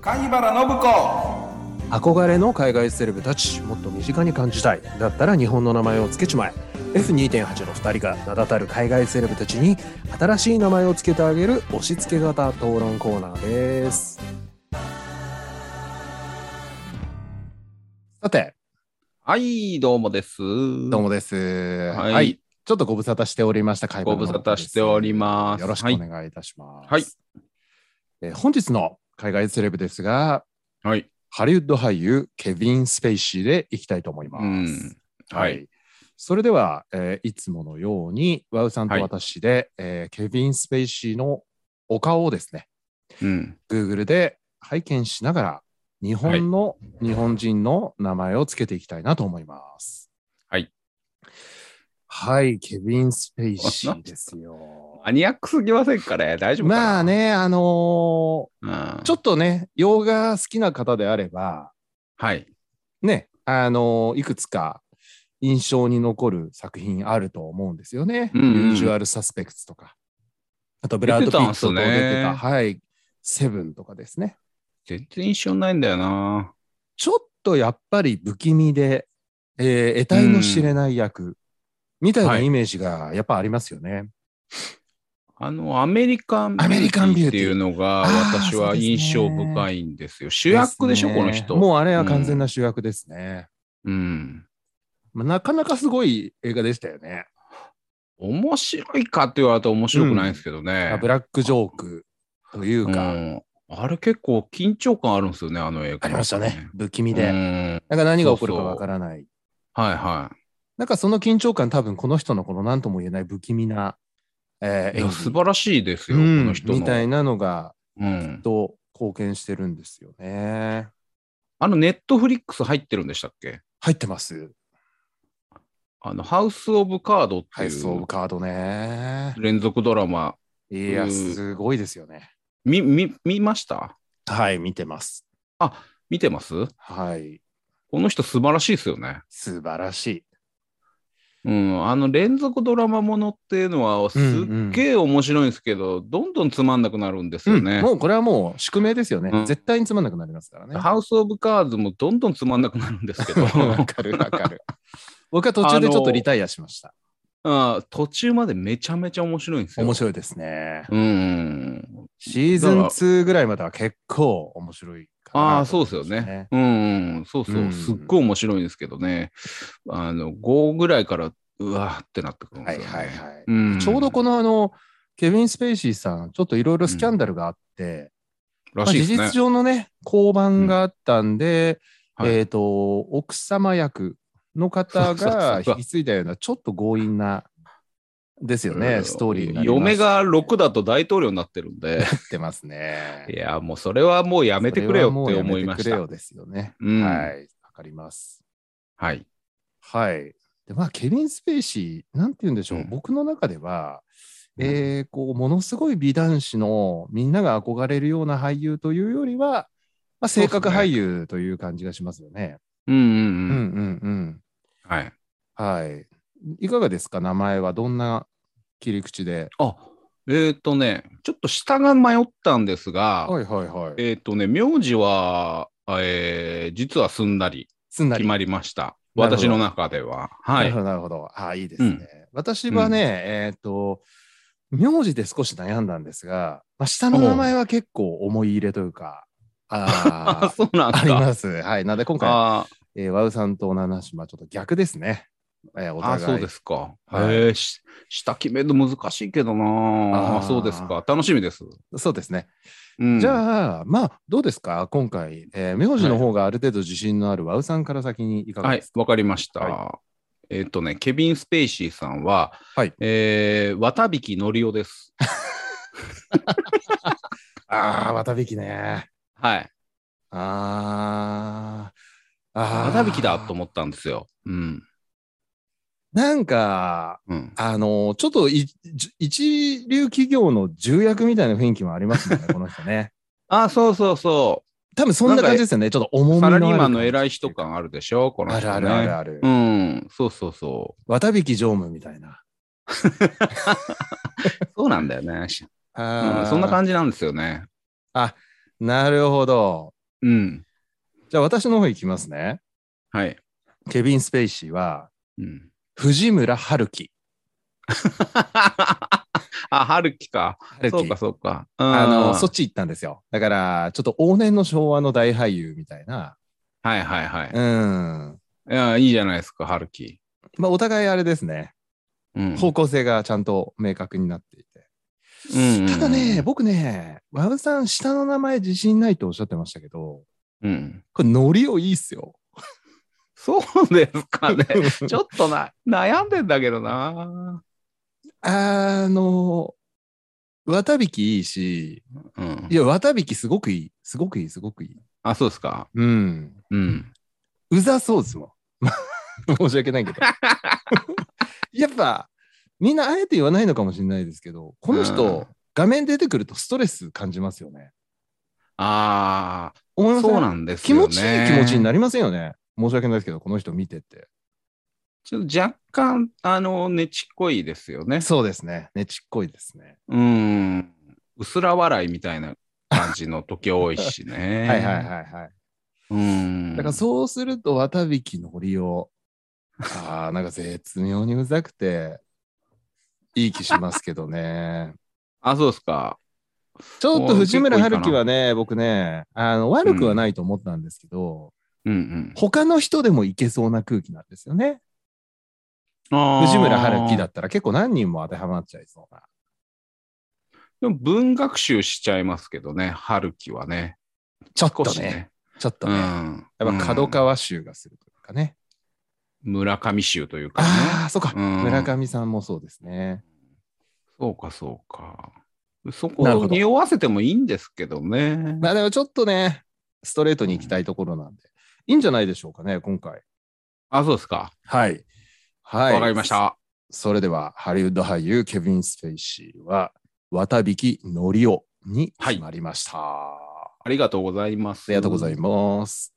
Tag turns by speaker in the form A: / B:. A: 貝原信子
B: 憧れの海外セレブたちもっと身近に感じたいだったら日本の名前を付けちまえ F2.8 の2人が名だたる海外セレブたちに新しい名前を付けてあげる押し付け型討論コーナーですさて
C: はい、どうもです。
B: ど
C: ど
B: うもです、はいちょっとご無沙汰しておりました海
C: ご無沙汰しております。
B: よろしくお願いいたします、
C: はい
B: えー本日の海外セレブですが
C: はい。
B: ハリウッド俳優ケビン・スペイシーでいきたいと思います、
C: うん
B: は
C: はい
B: い。それでは、えーいつものように、ワウさんと
C: はい
B: 私で、えーケビン・スペイシーのお顔をですね、
C: うん。
B: Google で拝見しながら、日本の、日本人の名前をつけていきたいなと思います。
C: はい。
B: はい、ケビン・スペイシーで すよ。
C: マニアックすぎませんかね大丈夫かな
B: まあ。ね、あの
C: うん
B: ーちょっとね、洋画好きな方であれば、
C: はい。
B: ね、あのいくつか印象に残る作品あると思うんですよね。
C: うんうん
B: ユージュアル・サスペクツとか。あと、ブラッド・ピットと出てた、
C: 出てたんすね
B: はい、セブンとかですね。
C: 全然印象ないんだよな。
B: ちょっとやっぱり不気味で、えー得体の知れない役みたいな
C: はい
B: イメージがやっぱありますよね。
C: あの、アメリカンビ
B: アメリカンビュー
C: って
B: ティー
C: いうのが
B: あー
C: 私は印象深いんですよ。主役でしょ、
B: すね
C: この人。
B: もうあれは完全な主役ですね。
C: うん。
B: まあなかなかすごい映画でしたよね。
C: 面白いかって言われたら面白くないんですけどね。
B: ブラックジョークという
C: う
B: か、
C: んあれ結構緊張感あるんですよね、あの映画。
B: ありましたね。。不気味で。
C: うん。
B: なんか何が起こるかわからない。
C: はいは
B: なんかその緊張感、多分この人のこの何とも言えない不気味な、え
C: い。い
B: ー演
C: や
B: 技
C: 素晴らしいですよ、
B: う
C: こ
B: ん
C: の人の。
B: みたいなのが
C: うん。
B: と貢献してるんですよね。
C: あの、ネットフリックス入ってるんでしたっけ
B: 入ってます。
C: あの、ハウス・オブ・カードって
B: 配
C: い
B: 送
C: う
B: カードね。
C: 連続ドラマ、
B: いや、すごいですよね。
C: み、み、見ました
B: はい、見てます。
C: 見てます
B: はい。
C: この人素晴らしいですよね。
B: 素晴らしい。
C: うん、あの連続ドラマものっていうのはすっげえ面白いんですけど、どんどんつまんなくなるんですよね。
B: もうこれはもう宿命ですよね。
C: うん
B: 絶対につまんなくなりますからね。
C: ハウス・オブ・カーズもどんどんつまんなくなるんですけど、
B: わかるわかる。僕は途中でちょっとリタイアしました。
C: あ途中までめちゃめちゃ面白いんですよ。
B: 面白いですね。
C: うん。
B: シーズン2ぐらいまでは結構面白いかな
C: ああ、そうですよね。。うん、うん、そうそう、
B: うん
C: すっごい面白いんですけどね。あの、5ぐらいから、うわーってなってくるん
B: は
C: で
B: い
C: すよ、ね。
B: はいはい。
C: うん、
B: ちょうどこのあの、ケビン・スペイシーさん、ちょっといろいろスキャンダルがあって、
C: ら
B: まあ
C: しいで
B: 事
C: すね。
B: 実上のね、交番があったんで、
C: うんはい
B: えっ、と、奥様役 の方が引き継いだような、ちょっと強引な、ですよ
C: う
B: ね、
C: ん
B: ストーリーになりま
C: 嫁
B: し
C: が6だと大統領になってるんで、
B: てますね。
C: いや、もうそれはもうやめてくれよって思いまし
B: それはもうやめてくれ
C: た。
B: よですよね。
C: うん
B: は。い、わかります。
C: はい。
B: はい。で、まあ、ケビン・スペイシー、なんて言うんでしょう、
C: うん
B: 僕の中では、えーこう、ものすごい美男子のみんなが憧れるような俳優というよりは、まあ、性格
C: そうっすね
B: 俳優という感じがしますよね。
C: うんうん
B: う
C: うんん。
B: うん
C: はい。
B: うん。はい。いかがですか名前はどんな切り口で。
C: あ、えっ、とね、ちょっと下が迷ったんですが、
B: はいはいはい。
C: えっ、とね、名字は、えー実はすんなり
B: すんなり。
C: 決まりました。
B: なるほど
C: 私の中では。
B: な
C: は
B: る
C: い
B: ほ。ど、なるほど。ああ、いいですね。
C: うん
B: 私はね、えっ、と、名字で少し悩んだんですが、まあ、下の名前は結構思い入れというか、
C: あ
B: あ
C: そうなん
B: あ、
C: で
B: あ
C: す
B: り
C: か。
B: ます。はい。なので今回、
C: あ
B: えー、ワウさんと七島、ちょっと逆ですね。えーお
C: ーあ
B: 互
C: ー、
B: い。
C: そうですか。
B: はい
C: えーし下決めるの難しいけどな
B: あ
C: あ
B: ー
C: そうですか。楽しみです。
B: そうですね。
C: うん、
B: じゃあ、まあ、どうですか今回、えー名字の方がある程度自信のあるワウさんから先にいかが
C: は
B: で
C: い
B: す、
C: わかりました。
B: は
C: えっ、とね、ケビン・スペイシーさんは、
B: はい
C: えー、渡引のりおです。
B: か、ああ、渡引きね。
C: はい。
B: ああ。あ
C: 渡引きだと
B: 思
C: 思ったんですよ。うん。
B: なんか、
C: うん、
B: あのちょっといじ一流企業の重役みたいな雰囲気もありますも んね、この人ね。
C: あー、そうそうそ
B: 多分そんな感じですよね、ちょっと重み
C: う。
B: の
C: サ
B: ある
C: ラ
B: 感
C: リ
B: じ
C: ーマンの偉い人。感あるでしょ、この
B: あ
C: 人、
B: る
C: ね。
B: あるあるある。
C: うん、そうそうそう。
B: 綿引き常務みたいな。
C: そうなんだよね。
B: あ
C: う んそんな感じなんですよね。
B: なるほど。
C: うん。
B: じゃあ私の方行きますね。
C: はい。
B: ケビン・スペイシーは、
C: うん、
B: 藤村春樹。
C: あ、春樹か。
B: 春
C: そう
B: 樹
C: か、。そうか。うん
B: あの、そっち行ったんですよ。だから、ちょっと往年の昭和の大俳優みたいな。
C: はいはいはい。
B: うん。
C: いや、いいじゃないですか、春樹。
B: まあ、お互いあれですね。
C: うん
B: 方向性がちゃんと明確になっていて。
C: うん
B: ただね、、僕ね、ワウさん、下の名前自信ないとおっしゃってましたけど、
C: うんうん。
B: これ、ノリをいいっすよ。
C: そうですか ね。ち
B: っ
C: ょっとな、悩んでんだけどな。
B: あの、綿引きいいし、
C: うん
B: い。や、綿引きすごくいい。すごくいい、すごくいい。
C: あ、そうですか。
B: うん。
C: うん。
B: うざそうですもん。 申し訳ないけど。やっぱ、みんなあえて言わないのかもしれないですけど、この
C: うん
B: 人、画面出てくるとストレス感じますよね。
C: ああ、
B: 思いません
C: そうなんです
B: 気
C: よね。
B: 持ちいい気持ちになりませんよね。申し訳ないですけど、この人見てて。
C: ちょっと若干、あの、ねちっこいですよね。
B: そうですね。ねちっこいですね。
C: うん。うすら笑いみたいな感じの時多いしね。
B: はいはいはいはい。
C: うん。
B: だからそうすると、綿引きのりを、ああ、なんか絶妙にうざくて、いい気しますけどね。
C: あ、そうですか。
B: ちょっと藤村春樹はね、僕ね、あの悪くはないと思ったんですけど、
C: うん
B: 他の人でもいけそうな空気なんですよね。
C: うん。あー
B: 藤村春樹だ。ったら結構何人も当てはまっちゃいそうな。
C: でも文学集しちゃいますけどね、春樹はね。
B: ちょっと
C: 少し
B: ね、
C: ね。
B: ちょっと
C: う
B: ね。
C: ん。
B: やっぱ角川集がするというかね。
C: うん。村上集というかね。
B: ああ、そうか、
C: うん
B: 村上さんもそうですね。
C: そうか、そうか。そ
B: なるほ
C: こ
B: ど
C: に匂わせてもいいんですけどね。
B: まあでもちょっとね、ストレートに行きたいところなんで、いいんじゃないでしょうかね、今回。
C: あ、そうですか。
B: はい。は
C: わ、
B: い。
C: かりまし。た。
B: それでは、ハリウッド俳優、ケビン・スペイシーは、渡引きのりおに決まりました。
C: ありがとうございます。
B: ありがとうございます。